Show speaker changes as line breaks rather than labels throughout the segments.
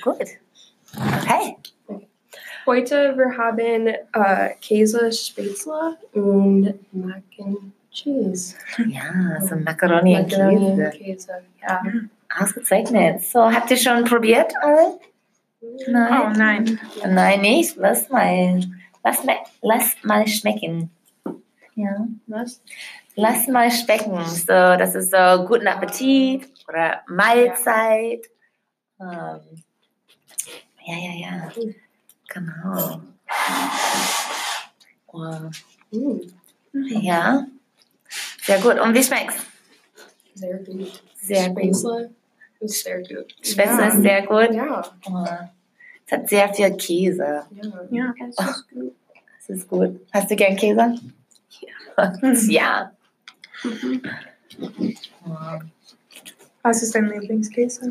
Gut. Okay.
Heute wir haben äh, Käse Spätzle und Mac and Cheese.
Ja, so Macaroni und Käse.
Käse. Ja.
Ausgezeichnet. So, habt ihr schon probiert alle?
Oh nein.
Nein, nicht. Lass mal, lass mal, lass mal schmecken. Ja.
Was?
Lass mal schmecken. So, das ist so guten Appetit oder Mahlzeit. Ähm, ja, ja, ja. Genau. Ähm,
Mm,
ja. Sehr gut. Und wie schmeckt's?
sehr gut.
Sehr gut.
Spätzle ist sehr gut.
Spätzle
Ja.
ist sehr gut.
Ja,
Ähm, Es hat sehr viel Käse.
ja.
Ja, es ist gut.
Das ist gut. Hast du gern Käse? Ja. ja.
Was ist dein Lieblingskäse?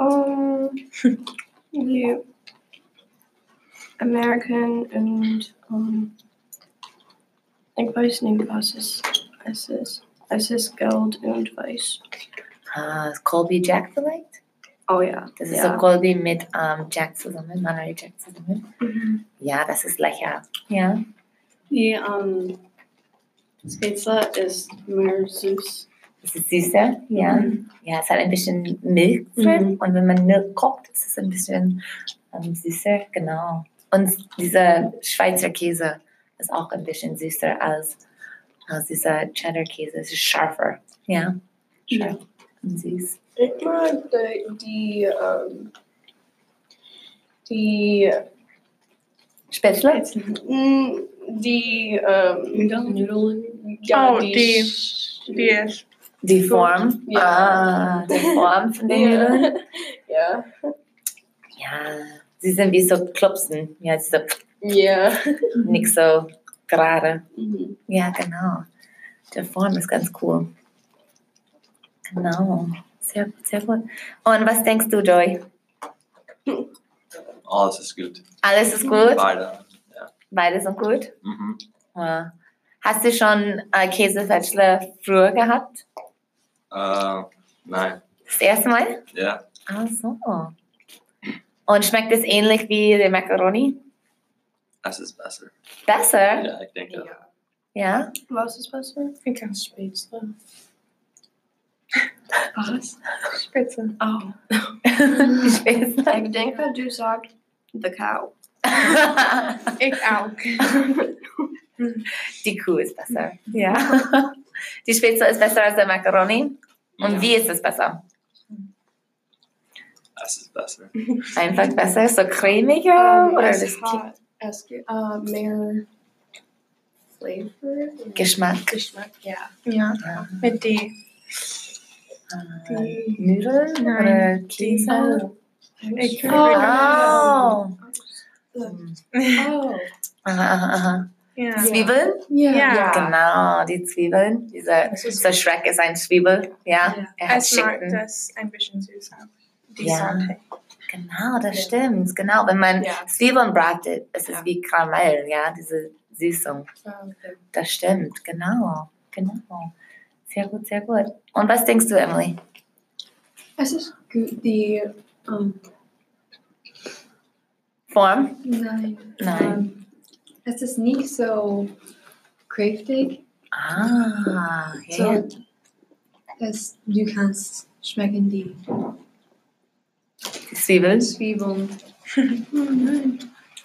Oh, die American und um, ich weiß nicht, was es, es ist. Es ist Gold und Weiß.
Ah, ist Colby Jack vielleicht?
Oh ja.
Das ist
Ja.
so Colby mit ähm, Jack zusammen, Manuel Jack zusammen. Ja, das ist lecker. Mhm. Ja.
Die ähm, Pizza ist mehr süß.
Es ist süßer, ja. Ja, es hat ein bisschen Milch drin. Und wenn man Milch kocht, ist es ein bisschen ähm, süßer, genau. Und dieser Schweizer Käse ist auch ein bisschen süßer als, als dieser Cheddar-Käse. Es ist scharfer, ja. Scharf und süß.
Ich mag die, die, ähm, die,
Spätzle?
mm, die, ähm,
Nudeln?
ja,
Oh, die- Die ist.
Die Form.
Ja.
Ah, die Form von den Nudeln.
Ja. ja.
Ja, sie sind wie so Klopsen. Ja, sie sind
Ja.
nicht so gerade.
Mhm.
Ja, genau. Der Form ist ganz cool. Genau. Sehr, sehr gut. Und was denkst du, Joy?
Alles ist gut.
Alles ist gut?
Beide.
Beide sind gut?
Mhm.
Ja. Hast du schon äh, Käsefätzle früher gehabt?
Äh, nein.
Das erste Mal?
Ja.
Ach so. Und schmeckt es ähnlich wie der Macaroni?
Es ist besser.
Besser?
Ja, ich denke.
Ja?
Was ist besser?
Ich kann
Spätzle.
Was?
Spitze.
Oh.
Ich weiß
Ich denke, du sagst the cow.
nicht.
Ich auch.
Um,
Die Kuh ist besser. Ja. Die Spätzle ist besser als der Macaroni. Und wie ist es besser?
Es ist besser.
Einfach besser, so cremiger oder das
es hat es gibt, äh, mehr Flavor.
Ge- Geschmack?
Geschmack, ja.
Ja. Mit die.
Die,
Äh, Nudeln oder
Nein,
Käse?
Ich
Oh. Mhm.
oh.
Aha, aha, aha.
Ja.
Zwiebeln?
Ja.
Ja.
Genau, die Zwiebeln. Dieser,
Das ist-
dieser Shrek ist ein Zwiebel. Ja,
Ja.
er hat
Es mag
Schichten.
das ein bisschen süß auch. Die
Ja.
Sorte.
Genau, das
Ja.
stimmt. Genau, wenn man
Ja.
Zwiebeln bratet, es ist
Ja.
wie Karamell, ja, diese Süßung.
Okay.
Das stimmt, genau, genau. Sehr gut, sehr gut. Und was denkst du, Emily?
Es ist gut, die. Ähm,
Form?
nein.
Nein.
Ähm, es ist nicht so kräftig.
Ah, ja. ja.
So, es, du kannst schmecken die
Die Zwiebeln,
Zwiebeln.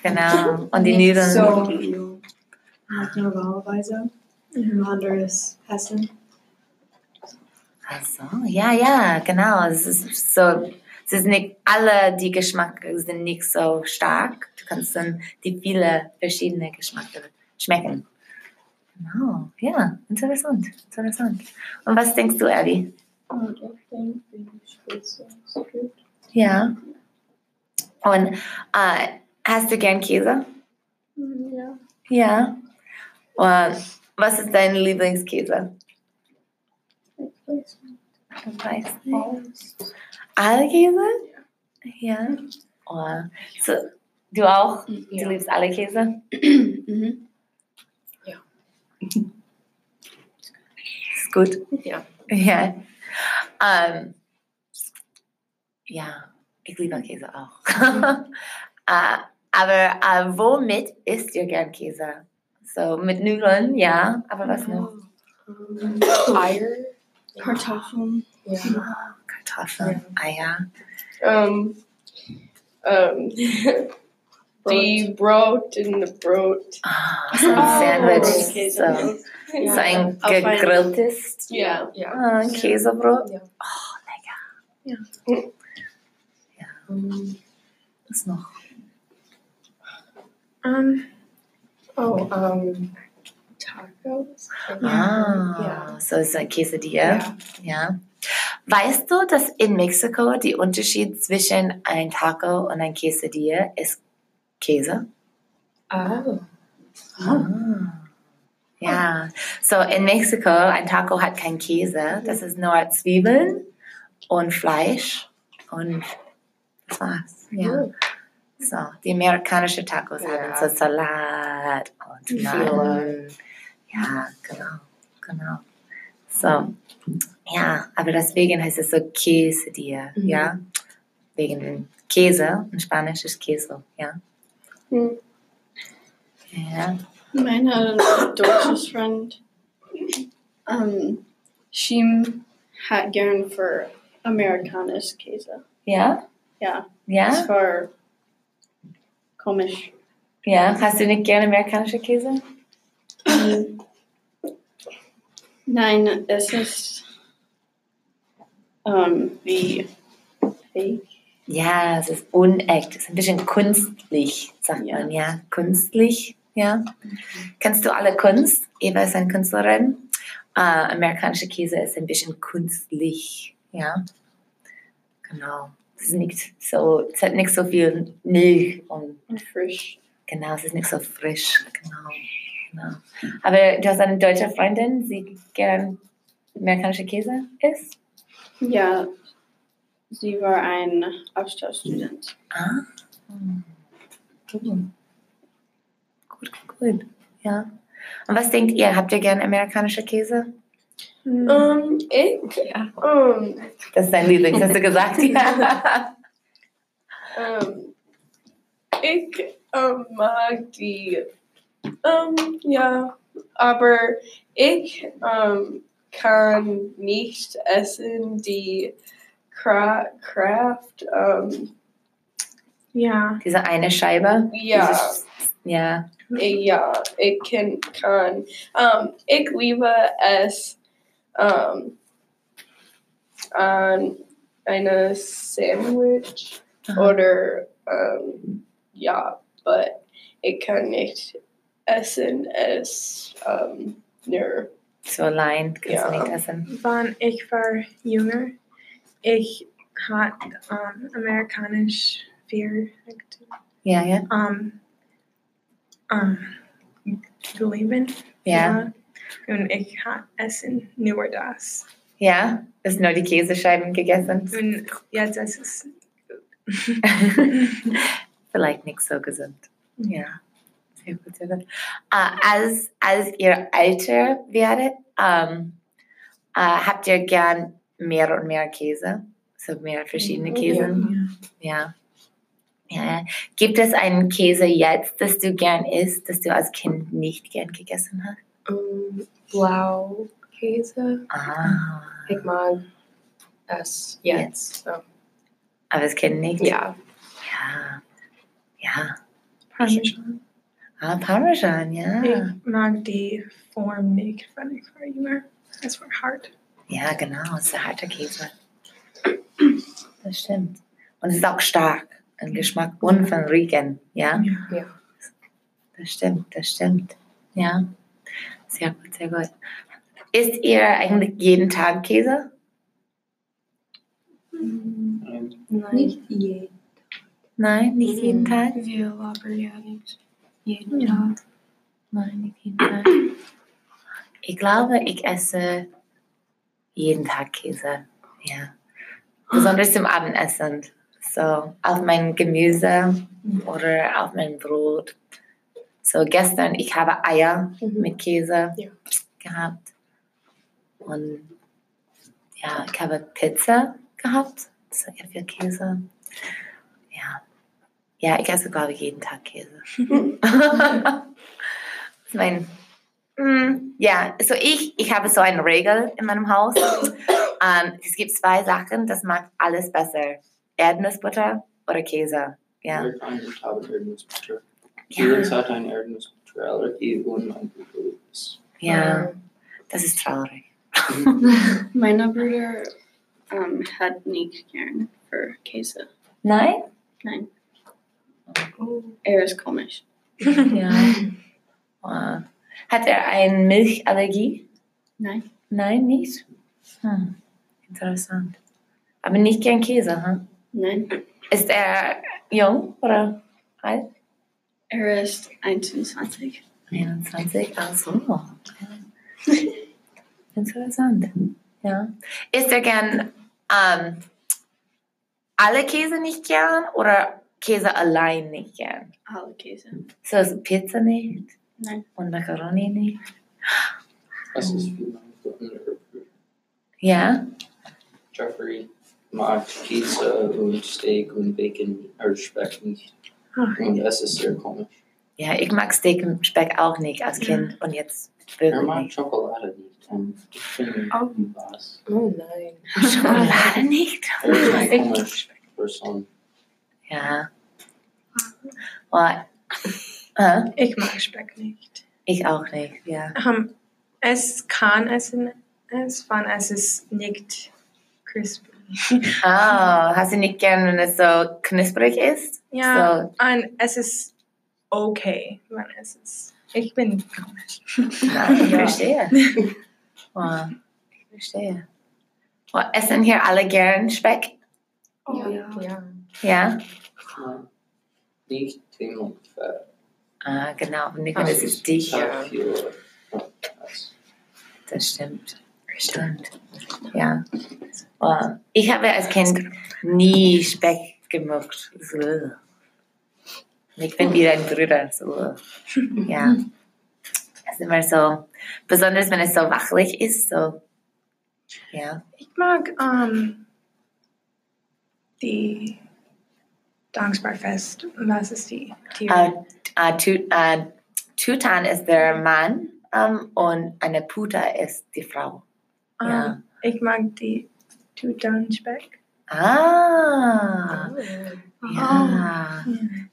genau. Und die
nicht
Nudeln.
So viel. Nicht normalerweise. Im anderes Essen.
Ach so, ja, ja, genau. Es ist so, es ist nicht, alle die Geschmäcker sind nicht so stark. Du kannst dann die viele verschiedene Geschmäcker schmecken. Genau, ja, interessant, interessant. Und was denkst du, Abby?
Und Oh, ich denke, die Spitze ist gut.
Ja. Und äh, hast du gern Käse?
Mm,
Ja.
Ja. Und was ist dein Lieblingskäse? Ich weiß Alle Käse? Ja. Oh. So, du auch? Du liebst alle Käse?
Mhm.
Ist gut.
Ja.
Ja. Ähm, ja. Ich liebe Käse auch. Ah, aber ah, womit isst ihr gern Käse? So mit Nudeln, ja, aber was noch?
Um,
Fire.
Kartoffeln.
Yeah.
Ah, Kartoffeln, Eier.
Um, um, the brot and the brot.
Ah, so ein
Oh,
Sandwich.
okay,
so.
Yeah.
so ein
Auf ein-
gegrilltes
yeah.
ah, ein Käsebrot.
Ja.
Oh, lecker.
Ja.
Ja. Was noch?
Um,
Oh, um, tacos.
Ah, so ist ein Quesadilla. Ja. Weißt du, dass in Mexiko der Unterschied zwischen ein Taco und ein Quesadilla ist Käse?
Oh.
Ah. Ja, so in Mexiko, ein Taco hat kein Käse. Das ist nur Zwiebeln und Fleisch und das war's. Ja. So, die amerikanischen Tacos haben
Ja. Mhm.
so Salat und Tomaten. Ja, genau, genau. So, ja, aber deswegen heißt es so Quesadilla,
Mhm.
ja? Wegen dem Käse, in Spanisch ist Queso, ja?
Mhm.
Ja,
Mine had a Deutsche friend. Um, she had gern for Americanus Käse.
ja,
Yeah, it's
ja,
for komisch.
ja. Hast du nicht gerne amerikanische Käse?
Um, Nein, es ist um, wie fake.
Ja, es ist unecht. Es ist ein bisschen künstlich, sagt
Ja.
man, ja. Künstlich, ja. Kennst du alle Kunst? Eva ist eine Künstlerin. Äh, amerikanische Käse ist ein bisschen künstlich, ja. Genau. Es ist nicht so, es hat nicht so viel Milch und
Frisch.
genau, es ist nicht so frisch, genau. genau. Aber du hast eine deutsche Freundin, die gern amerikanische Käse isst?
Ja, sie war ein Austauschstudent.
Ah. Gut, gut, gut. Ja. Und was denkt ihr? Habt ihr gern amerikanische Käse?
Um, ich, um,
Das ist dein Lieblings, hast du gesagt. Ja.
um, ich, um, mag die, um, ja, aber ich, um, kann nicht essen die Kra Kraft, um,
yeah.
Diese eine Scheibe.
ja.
Dieses- Ja.
Ja, ich kann, kann. Um, ich liebe es um, an eine Sandwich
Aha.
oder um, ja, but ich kann nicht essen es um, nur.
So allein kannst du
Ja.
nicht essen.
Wann ich war jünger, ich hatte um, amerikanisch viel
Ja, ja.
um, um, geleben.
Ja.
Und ich hatte Essen nur das.
Ja. Ist nur die Käsescheiben gegessen.
Und jetzt ist es
Vielleicht nicht so gesund. Ja, sehr gut. Sehr gut. Äh, als, als ihr älter werdet, ähm, äh, habt ihr gern mehr und mehr Käse? So mehr verschiedene Käse? Oh, Ja. Ja. ja. Gibt es einen Käse jetzt, das du gern isst, das du als Kind nicht gern gegessen hast?
Um, blau Käse.
Ah,
Ich mag es
jetzt, aber das Kind nicht?
Ja.
Ja. Ja.
Parmesan.
Ah, Parmesan, ja.
Ich mag die Form nicht, wenn ich war jünger. Es war hart.
Ja, genau, es ist ein harter Käse. Das stimmt. Und es ist auch stark im Geschmack und von Regen, ja?
Ja.
Das stimmt, das stimmt. Ja, sehr gut, sehr gut. Isst ihr eigentlich jeden Tag Käse?
Nein.
Nicht je.
Nein, nicht jeden Tag.
Wir labern ja nicht jeden
Ja.
Tag.
Nein, nicht jeden Tag. Ich glaube, ich esse jeden Tag Käse. Ja. Besonders zum Abendessen. So, auf mein Gemüse oder auf mein Brot. So, gestern, ich habe Eier
Mhm.
mit Käse
Ja.
gehabt. Und ja, ich habe Pizza gehabt. So, ich habe viel Käse. Ja, ich esse, glaube ich, jeden Tag Käse. ich meine, mm, ja, so ich, ich habe so eine Regel in meinem Haus. Ähm, es gibt zwei Sachen, das macht alles besser. Erdnussbutter oder Käse. Ja.
Wir kann ich haben Erdnussbutter.
Ja,
Iris hat eine Erdnussbutterallergie und mein Bruder ist.
ja, das ist traurig.
Meiner Bruder um, hat nicht gern für Käse.
Nein?
Nein,
Oh.
er ist komisch.
Ja. Wow. Hat er eine Milchallergie?
Nein.
Nein, nicht? Hm. Interessant. Aber nicht gern Käse, hm?
Nein,
Ist er jung oder alt?
er ist 21.
21, ach so. Interessant. Ja. Isst er gern ähm, alle Käse nicht gern oder Käse allein nicht gern?
Alle Käse.
So also Pizza nicht?
Nein.
Und Macaroni nicht?
Das ist wie mein anderer Bruder.
Ja?
Jeffrey uh, mag Pizza und Steak und Bacon, er Speck nicht.
Ach.
Und das ist sehr komisch.
Ja, ich mag Steak und Speck auch nicht als Kind und jetzt
Er
wirklich
mag
nicht.
Schokolade nicht. Und ich finde
Oh.
was.
Oh nein.
Schokolade nicht?
Er ist eine
Echt?
komische Person.
Ja. Oh. Äh,
Ich mag Speck nicht.
Ich auch nicht, ja.
Ähm, es kann essen, es, wenn es ist nicht crispy.
Ah, hast du nicht gern, wenn es so knusprig ist?
Ja,
So,
und es ist okay, wenn es ist. Ich bin komisch.
Ja, ich verstehe. Wow, ich verstehe. Wow, essen hier alle gern Speck?
Oh, ja.
Ja?
Nein. Nicht Thema.
Ah, genau. Und Nico, das ist dich.
Dafür.
Das stimmt. Stimmt. Ja. Wow. Ich habe als Kind nie Speck gemocht. So. Ich bin wie dein Bruder. So. Ja. Das ist immer so, besonders wenn es so wachlich ist. So. Ja.
Ich mag ähm, die Dankbarfest. Was ist die? die
Äh, äh, Tut, äh, Tutan ist der Mann ähm, und eine Puta ist die Frau.
Ähm,
ja.
Ich mag die Tutan-Speck.
Ah,
Uh-huh.
ja.
Ja.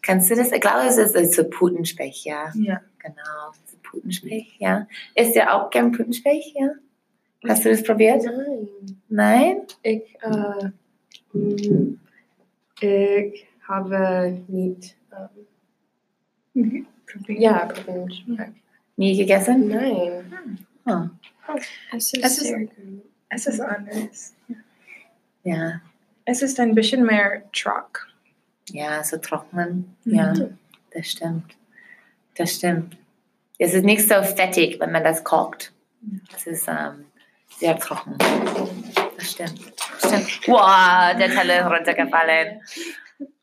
Kannst du das? Ich glaube, es ist so Putenspeck, ja.
Ja.
Genau, so Putenspeck, ja. Ist der auch gern Putenspeck, ja? Hast du das probiert?
Nein.
Nein?
Ich, äh,
uh,
mm, ich habe nicht.
um,
ähm, ja, probiert.
Nie gegessen?
Nein.
Oh.
Es ist,
Es ist-
sehr gut.
Es ist anders.
Ja,
Es ist ein bisschen mehr Truck.
ja, so trocknen. Ja, das stimmt. Das stimmt. Es ist nicht so fettig, wenn man das kocht. Es ist ähm, sehr trocken. Das stimmt. Das stimmt. Wow, der Teller ist runtergefallen.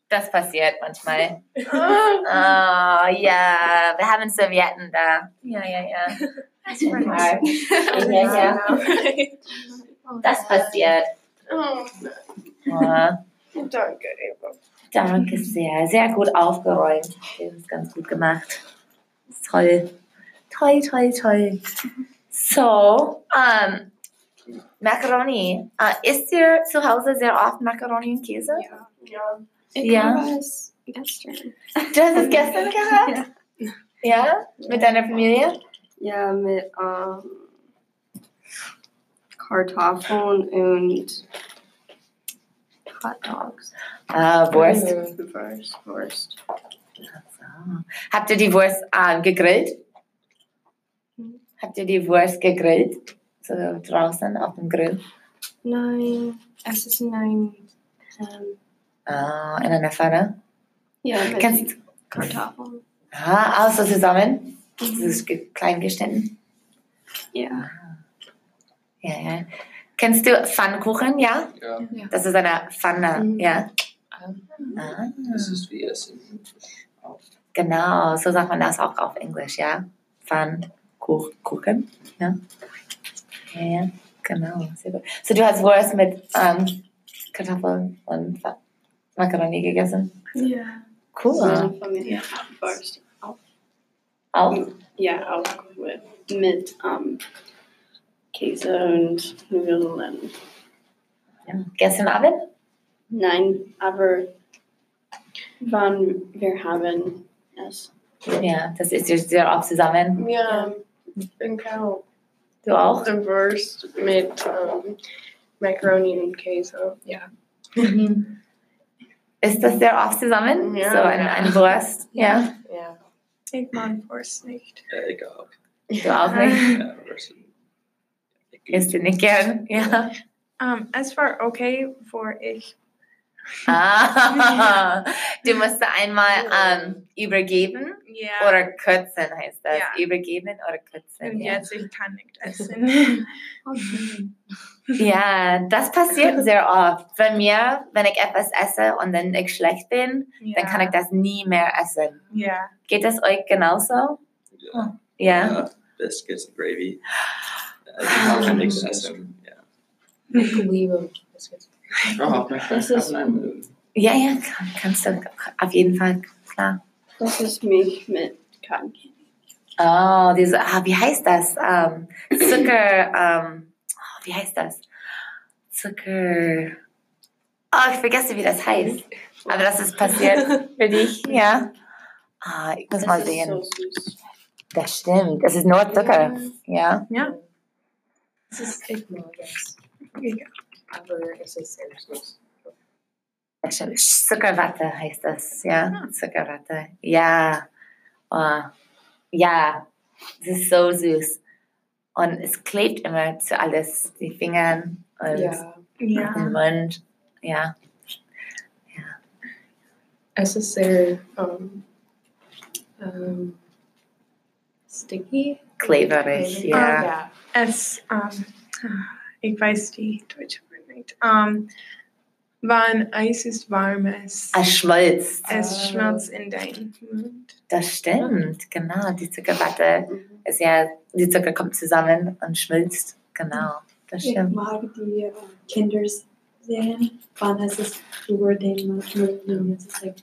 Das passiert manchmal. Oh ja, wir haben Servietten da. Ja, ja, ja. Ja, ja. Das passiert.
Oh,
Wow.
danke, Eva.
Danke
Mhm.
sehr. Sehr gut aufgeräumt. Wir haben es ganz gut gemacht. Toll. Toll, toll, toll. So, ähm, Macaroni. Äh, isst ihr zu Hause sehr oft Macaroni und Käse?
Ja.
Ich
Ja.
habe es gestern.
Du hast es gestern gehabt? Ja? Mit deiner Familie?
Ja, mit
um,
ähm, Kartoffeln und Hot Dogs.
Ah, Wurst.
Mm, Wurst, Wurst.
So. Habt ihr die Wurst äh, gegrillt?
Mhm.
Habt ihr die Wurst gegrillt? So draußen auf dem Grill?
Nein, es ist nein. Ähm,
Ah, in einer Pfanne?
ja, mit
Kannst,
Kartoffeln.
Ah, also zusammen. Das
Mhm.
ist ge- klein geschnitten.
Ja.
Ja, ja. Kennst du Pfannkuchen, ja?
Ja,
Das ist eine Pfanne,
Mhm.
ja.
Ah.
Ah,
das ist wie Essen.
genau, so sagt man das auch auf Englisch, ja. Pfannkuchen, ja. Ja, ja, genau, sehr gut. So, du hast Wurst mit ähm, Kartoffeln und Pfa- Macaroni gegessen.
Yeah.
Cool.
Von mir.
Ja.
First.
Auch
Ja, auch mit, mit
um,
ähm, Käse und Nudeln.
ja. Ähm, gestern Abend?
Nein, aber wann wir haben es.
Ja, das ist jetzt ja auch zusammen.
Ja, ich bin Carol.
Du auch?
The worst mit ähm, Macaroni und Käse. Ja.
Ist das sehr oft zusammen?
Ja.
So ein, ein Wurst? Ja.
Ja.
Ich mag Wurst nicht. Ähm,
Ja, ich auch.
Du auch nicht?
Ja, Wurst.
Isst du nicht gern? Ja.
Um, es war okay, wo ich.
Ah, du musst einmal ähm, übergeben
Ja.
oder kürzen heißt das.
Ja.
Übergeben oder kürzen.
und
Ja.
jetzt ich kann nicht essen.
ja, das passiert sehr oft. Bei mir, wenn ich etwas esse und dann ich schlecht bin,
ja.
dann kann ich das nie mehr essen.
Ja.
Geht das euch genauso?
Ja.
Ja.
Uh, biscuits and gravy. I think I make that soon. Yeah.
Oh, my gosh,
This is-
how did I move?
Ja, ja, kann, kannst du auf jeden Fall, klar.
Das ist mich mit Cotton Candy.
Oh, diese, ah, wie heißt das? Ähm, Zucker, ähm, oh, wie heißt das? Zucker. Oh, ich vergesse, wie das heißt. Aber das ist passiert für dich, ja. Ah, ich muss
Das
mal
ist
sehen.
so süß.
Das stimmt. Das ist nur Zucker, ja.
Es ist echt nur das.
Das stimmt. Zuckerwatte heißt das, ja. Zuckerwatte, ja. Oh, ja, es ist so süß. Und es klebt immer zu alles, die Fingern und
Ja.
den Mund, ja.
Es ist sehr
Um,
ähm, ähm, sticky.
Kleberig,
Ah,
ja.
Es, ähm, ich weiß die deutsche Wort nicht. Ähm, wann Eis ist warm, es,
Es Ah, schmolz,
es schmelzt in deinen Mund.
das stimmt, genau. Die Zuckerwatte ist ja, die Zucker kommt zusammen und schmilzt, genau, das
Ich
stimmt.
mag die
uh,
äh, Kinderserien, wann es ist über den Mund und es ist like,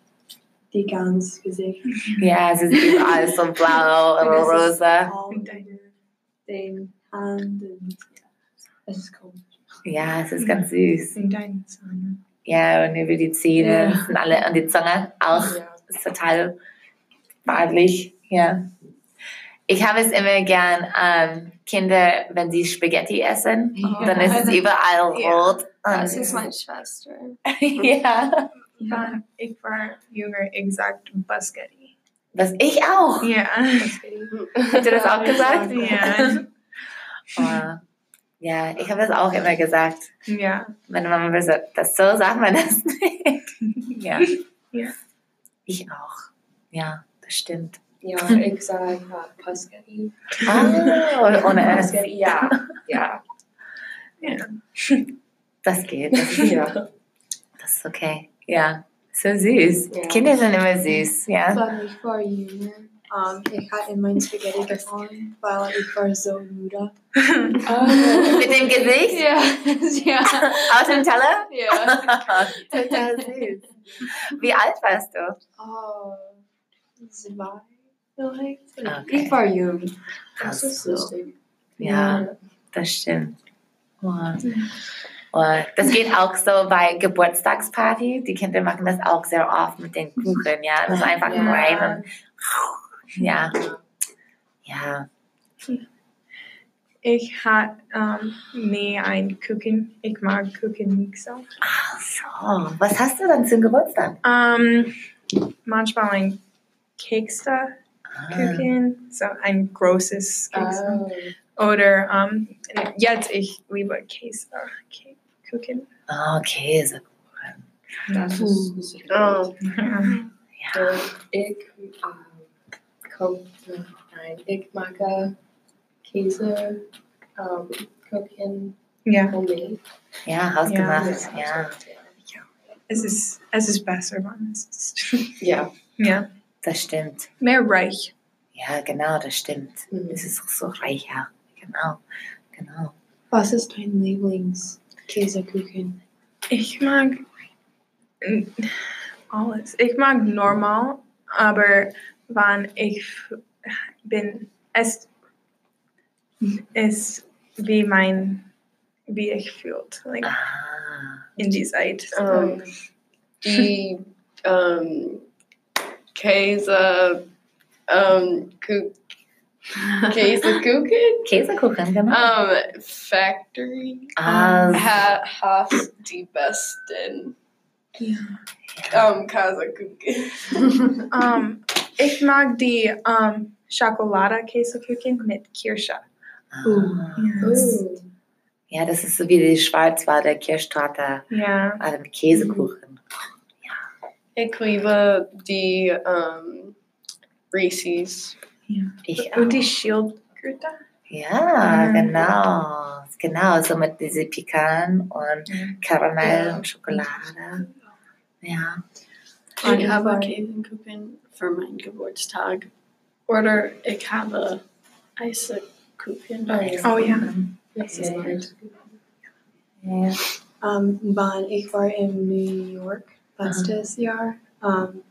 die ganz Gesicht.
Ja, es ist überall so blau oder
Und es ist
rosa.
auf
In deinen
den Hand und ja, es ist cool.
Ja, es ist ganz süß.
in deinen Zahn.
Ja, und über die Zähne
Ja.
und alle und die Zunge auch. Ist total weiblich, ja. Ich habe es immer gern, ähm, Kinder, wenn sie Spaghetti essen,
Um,
dann ist es überall
Ja.
rot.
Das
Und,
ist meine Schwester.
ja.
Wann ich war jünger, ich sagte Basketti.
Was ich auch.
Ja.
Habt ihr das auch gesagt?
Ja.
Oh, ja, ich habe das auch immer gesagt.
Ja.
Meine Mama war so, das so sagt man das nicht. ja.
Ja.
Ich auch. Ja, das stimmt.
Ja, ich sage äh, Pascali.
Ah, und ohne S.
ja, ja.
Das geht. Das ist,
ja.
das ist okay. Ja. So süß. Kinder sind immer süß,
Das
ja.
war nicht vor jünger. Um, ich hatte mein Spaghetti gefahren, weil ich war so müde.
Mit dem Gesicht
Ja, ja,
auf dem Teller?
ja.
Total süß. Wie alt warst du?
Oh, zwei vielleicht.
Okay.
Ich war jung.
Das ist
lustig.
Ja, das stimmt. Wow. Wow. Das geht auch so bei Geburtstagsparty. Die Kinder machen das auch sehr oft mit den Kuchen, ja. Das ist einfach
Ja.
rein und ja. Ja.
Ich hatte ähm, nie ein Kuchen. Ich mag Kuchen nicht so.
Ach so. Was hast du dann zum Geburtstag?
Ähm, manchmal ein Kekster
Ah.
Kuchen, so ein großes Kekster.
Oh.
Oder ähm, jetzt ich liebe Käse Ke- Kuchen.
Ah, okay, so Kuchen.
Das
ist-
Oh.
Ja.
Ich ähm,
Um,
komm, nein, ich mag Käse, ähm, Kuchen,
Ja,
Homemade.
Ja, hausgemacht, ja.
es ist es ist besser, wenn es ist
Ja.
ja
Das stimmt.
mehr reich.
Ja, genau, das stimmt.
Mhm.
Es ist so reich, ja. Genau. Genau.
Was ist dein Lieblingskäsekuchen?
Ich mag n- alles. Ich mag normal, aber wann ich f- bin, es ist wie mein, wie ich fühlt, like
Ah.
in die Zeit.
Um, die um, Käse, um, Ku- Käsekuchen
Käsekuchen, genau.
um, Factory
Ah,
ha, has die besten
Ja.
um, Käsekuchen.
Um, ich mag die um, Schokolade-Käsekuchen mit Kirsche. Yes.
Ah. Ja, das ist so wie die Schwarzwälder Kirschtorte,
Ja.
aber mit Käsekuchen.
Ich liebe die um, Reese's.
Ich auch.
Mhm. Und die Schildkröte.
Ja,
Mhm.
genau. Genau, so mit diese Pikan und
Mhm.
Karamell
Ja.
und Schokolade. Ja.
Ich habe Käsekuchen für meinen Geburtstag. Oder ich habe Eisekuchen.
Oh ja.
Das ist nice.
Ja.
Ähm, wann ich war in New York letztes Jahr, ähm,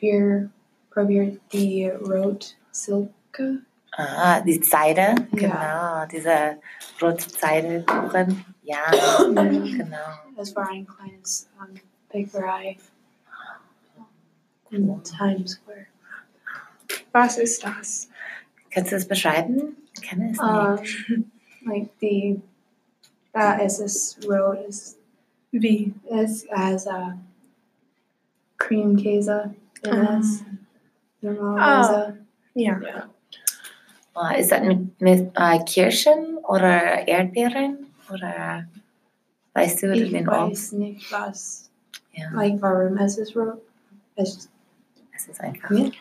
wir probieren die Rot Silke.
Ah, die Zeide,
Ja.
genau, dieser rote Zeidekuchen. Ja,
Mhm.
genau.
Es war ein kleines ähm, Bakerei in um, Times Square.
Was ist das?
Kannst du es beschreiben? Ich kenne es
Ah,
nicht.
Um, like the uh, SS road is
Wie?
is as a cream queso and as normal queso.
Ja.
Oh, ist das mit, mit äh, Kirschen oder Erdbeeren? Oder weißt du
Ich
den Ort?
weiß nicht was.
Ja.
Like warum SS road. Es,
Es ist einfach
Ja.
gut.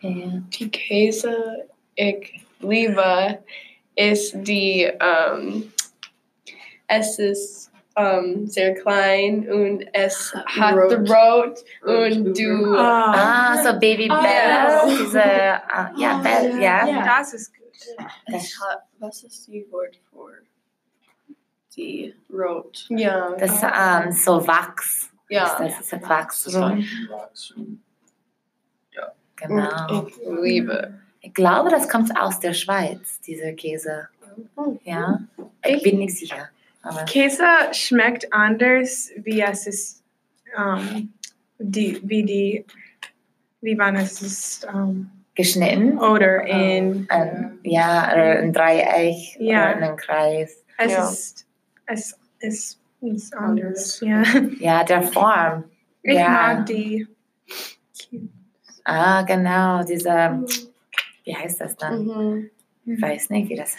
Ja.
Die Käse, ich liebe, ist die, ähm, es ist ähm, sehr klein und es hat
Rot.
Rot und du.
Ah,
Ah, so Baby
Ah,
Bellas,
ja.
diese, ah, ja,
Ah,
Bell, ja.
ja.
das ist gut.
Ich ha- Was ist die Wort für die Rot?
Ja,
Das ist ähm, so Wachs.
ja.
Das ist ein Wachsrum,
Wachstum.
genau.
Ich liebe.
Ich glaube, das kommt aus der Schweiz, dieser Käse. Ja, ich
Ich-
bin nicht sicher. Aber
Käse schmeckt anders, wie es ist, ähm, die, wie die, wie wann es ist, ähm,
geschnitten,
oder in,
ähm, ja, oder ein Dreieck
Ja.
oder einen Kreis.
es
Ja.
ist, es ist, ist anders, ja.
Ja, der Form.
Ich
ja.
mag die,
Ah, genau, dieser, wie heißt das dann?
Mhm.
Ich weiß nicht, wie das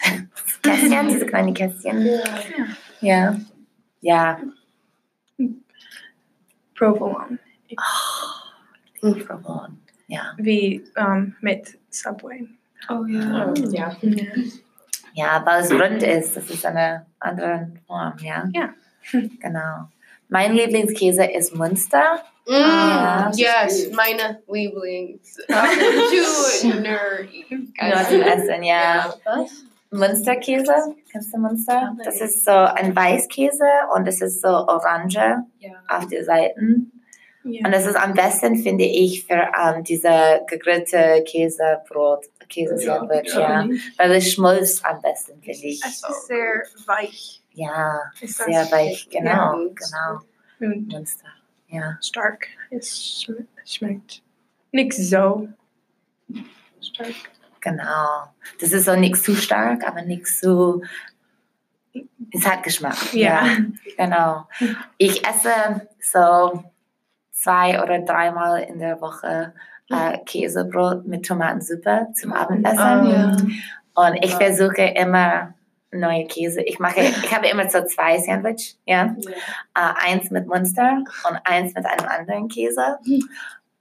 Kästchen, diese kleinen Kästchen. Ja. Ja,
Provolone,
Hm. Provolone. Ja.
wie ähm, mit Subway.
oh yeah.
Ja.
Ja, weil es rund ist, das ist eine andere Form, ja?
Ja.
Genau. Mein Lieblingskäse ist Münster.
Mm,
Ah,
yes, meine Lieblings. Junior.
Nur zum Essen, ja.
Was?
Münsterkäse, kennst du Münster? Das ist so ein Weißkäse und es ist so orange
Yeah.
auf den Seiten.
Ja.
Und das ist am besten, finde ich, für ähm, diese gegrillte Käsebrot, Käsesandwich, ja. Weil es schmolz am besten, finde ich.
Es ist sehr weich,
Ja,
ist
sehr
Also, das
weich,
Ja.
genau, genau.
und
Münster, ja.
stark. Es schm schmeckt nicht so stark.
Genau. Das ist so nichts zu stark, aber nichts zu. Es hat Geschmack.
Ja.
Genau. Ich esse so zwei oder dreimal in der Woche äh, Käsebrot mit Tomatensuppe zum
Ah,
Abendessen.
Yeah.
Und ich versuche immer neue Käse. Ich mache, ich habe immer so zwei Sandwich, ja. Äh, eins mit Munster und eins mit einem anderen Käse.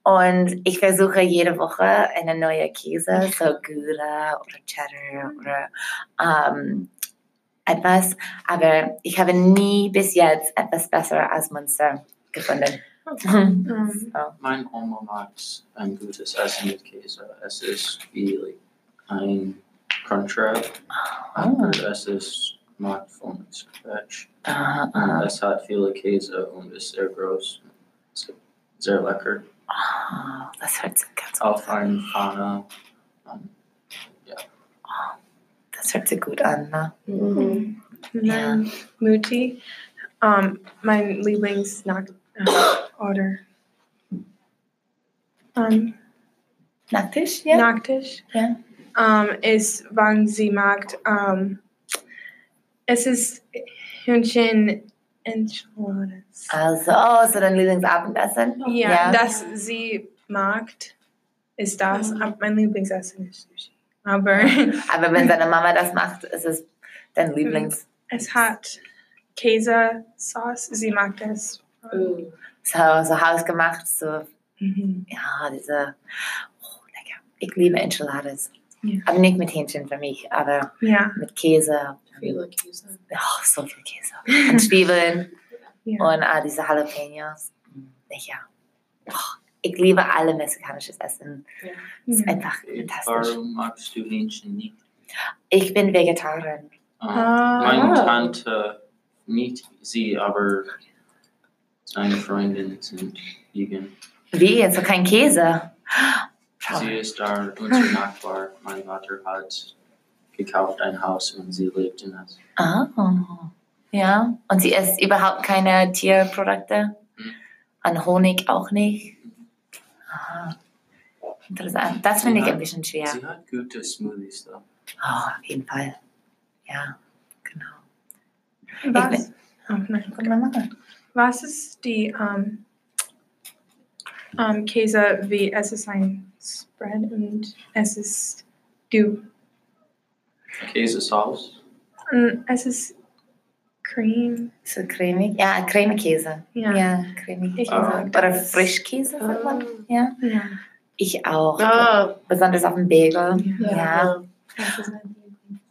Und ich versuche jede Woche eine neue Käse, so Gouda oder Cheddar oder ähm, etwas. Aber ich habe nie bis jetzt etwas besser als Munster gefunden.
Ähm,
Mein Oma mag ein gutes Essen mit Käse. Es ist wie like, ein Crunchwrap,
Oh.
aber es ist gemacht von Scratch.
Ah,
Und
ah.
Es hat viele Käse und ist sehr groß. Zerlecker,
Ah, das hört sich ganz
Alfheim, Fana. Um,
das hört sich gut an, ne?
And then Muti, um, mein Lieblingsnacht uh, order. Um,
Nacktisch, ja?
Nachtisch.
Ja.
Ähm, ist, wann sie macht, ähm, es ist Hühnchen Enchiladas.
Also, oh, so dein Lieblingsabendessen?
Ja,
ja.
das sie mag, ist das. Um, Aber mein Lieblingsessen ist Sushi. Aber
Aber wenn deine Mama das macht, ist es dein
Mhm.
Lieblings.
es hat Käse-Sauce, sie mag das.
So, so hausgemacht, so,
Mm-hmm.
ja, diese. Oh, lecker. Ich liebe Enchiladas.
Ja.
Aber nicht mit Hähnchen für mich, aber
Ja.
mit Käse.
Feel like you said.
Oh, so viel Käse. Und Zwiebeln
Ja.
und ah, diese Jalapenos. Mm, Lecker. Oh, ich liebe alle mexikanisches Essen. Es ist
Ja.
einfach
Äh,
fantastisch.
warum magst du Hähnchen nicht?
Ich bin Vegetarierin.
Um,
Ah,
Meine Tante, nicht sie, aber seine Freundin sind vegan.
Wie? Also kein Käse? Schau.
Sie ist da unser Nachbar. Mein Vater hat gekauft ein Haus und sie lebt in das.
Ah, ja. Und sie isst überhaupt keine Tierprodukte?
Mhm.
An Honig auch nicht? Ah, interessant. Das finde ich
Ja.
ein bisschen schwer.
Sie hat gute Smoothies da.
Ah, auf jeden Fall. Ja, genau.
was? Oh, nein.
Guck mal, Mama.
Was ist die ähm, ähm, Käse wie es ist ein Spread und es ist du
Käsesaus.
und es ist Mm, Cream.
So cremig? Ja, Cremekäse.
Ja.
ja cremig.
Ich Äh.
Ah.
mag
Oder
das.
Frischkäse, sagt man. Ja.
Ja.
Ich auch.
Ah,
Besonders auf dem Bagel.
Ja.
ja.
Das ist mein Lieblings.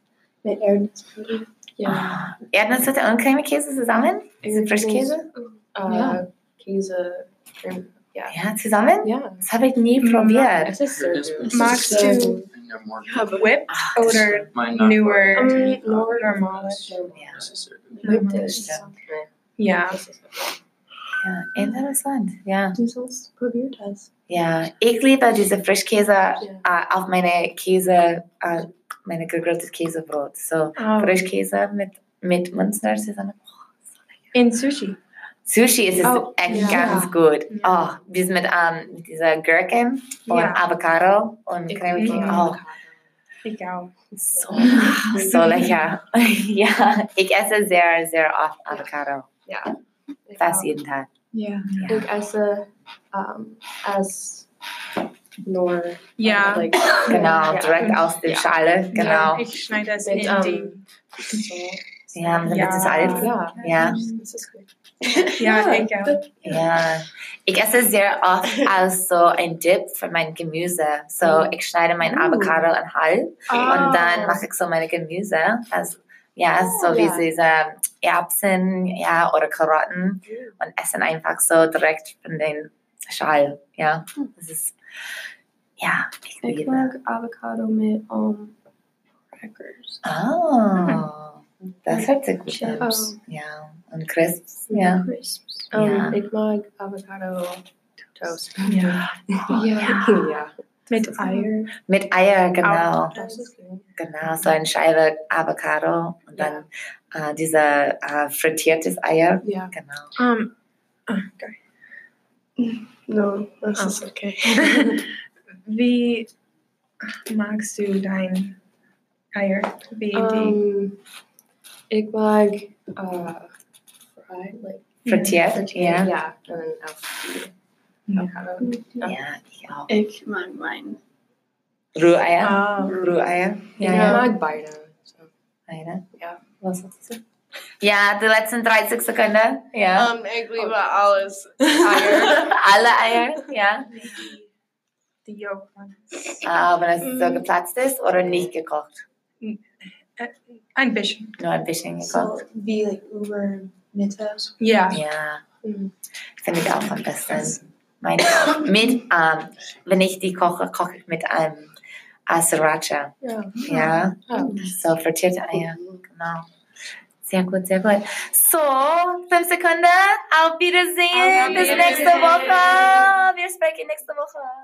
Mit Erdnussbutter.
ja.
Ah. Erdnüsse und Cremekäse zusammen? Diese Frischkäse?
Uh, Käse. Cream.
Ja, zusammen?
Yeah.
Das habe ich nie
Mhm.
probiert.
It's just so
It's
good.
been
Magst
so
du-
good in der Morgen.
Yeah, but
Whipped
Ah, das
oder
Mein
newer,
Nachbar
um,
hat
more
gekauft
normal.
das.
Ja.
Das ist sehr gut.
Whipped
ist-
ja.
This is good.
Ja, interessant, ja.
Du sollst probiert hast.
Ja, ich liebe diese Frischkäse äh, auf meine Käse, äh, meine gegrillte Käsebrot. So
Oh.
Frischkäse mit, mit Münster zusammen.
In Sushi.
Sushi ist es
Oh,
echt
ja.
ganz gut.
Ja.
Oh, wie mit, ähm, mit dieser Gherkin und
Ja.
Avocado und Creme
Mhm.
Käse. Oh,
Ich auch.
so, so lecker. ja, ich esse sehr, sehr oft Avocado. Fast jeden Tag.
Ja.
Ja.
Like as a, um, as nor
Ja.
like
Genau,
Ja.
direkt aus der
Ja.
Schale. Genau.
Ja, ich schneide es
Mit,
in
ähm,
Sie haben
Ja.
ja. das Salz.
yeah.
Ja.
This is good.
die. Ja, ich auch.
Ja, ich esse sehr oft als so ein Dip für mein Gemüse. So, ich schneide mein Avocado in halb
Um,
und
Ah.
dann mache ich so meine Gemüse. Also, ja, so wie
ja.
diese Erbsen ja, oder Karotten und essen einfach so direkt von den Schal. Ja, das ist, ja, ich
Ich
liebe.
mag Avocado mit um, crackers.
Ah, das hört sich gut an.
Chips.
Ja, und Crisps, ja.
Crisps.
Um,
Yeah.
Big Mac, avocado, toast.
Ja.
Ja.
yeah.
Mit Eier.
Mit Eier, genau.
This is good.
Genau, so eine Scheibe Avocado und dann äh, dieser äh, frittiertes Eier.
Yeah.
Genau.
Um, oh, okay.
No, this
Oh.
is okay.
Wie magst du dein Eier? Wie die
Um, ik mag uh, fried, like
Mhm, Frittiert,
yeah,
ja.
and then avocado.
Ja.
avocado.
Ja, ich auch.
Ich mag mein.
Ruheier?
Ah,
Ruheier? Ja,
Ik
ja.
maak beide. So.
Eine.
Ja.
Was hast du? Ja, die letzten 30 Sekunden. Ja.
Um, ik liebe alles.
Ah. Alle Eier, ja.
die, die Yolk.
Aber wenn es so
Mm.
geplatzt ist oder nicht gekocht.
Ein bisschen.
Nur ein bisschen
So
gekocht.
wie like über Mittag.
Ja.
Ja.
Mm.
Finde ich auch am besten. Meine auch. Mit, ähm, wenn ich die koche, koche ich mit einem äh, Sriracha.
Ja.
Ja.
Oh.
So frittierte Eier, genau. Sehr gut, sehr gut. So, fünf Sekunden. Auf Wiedersehen. Bis nächste Woche. Wir sprechen nächste Woche.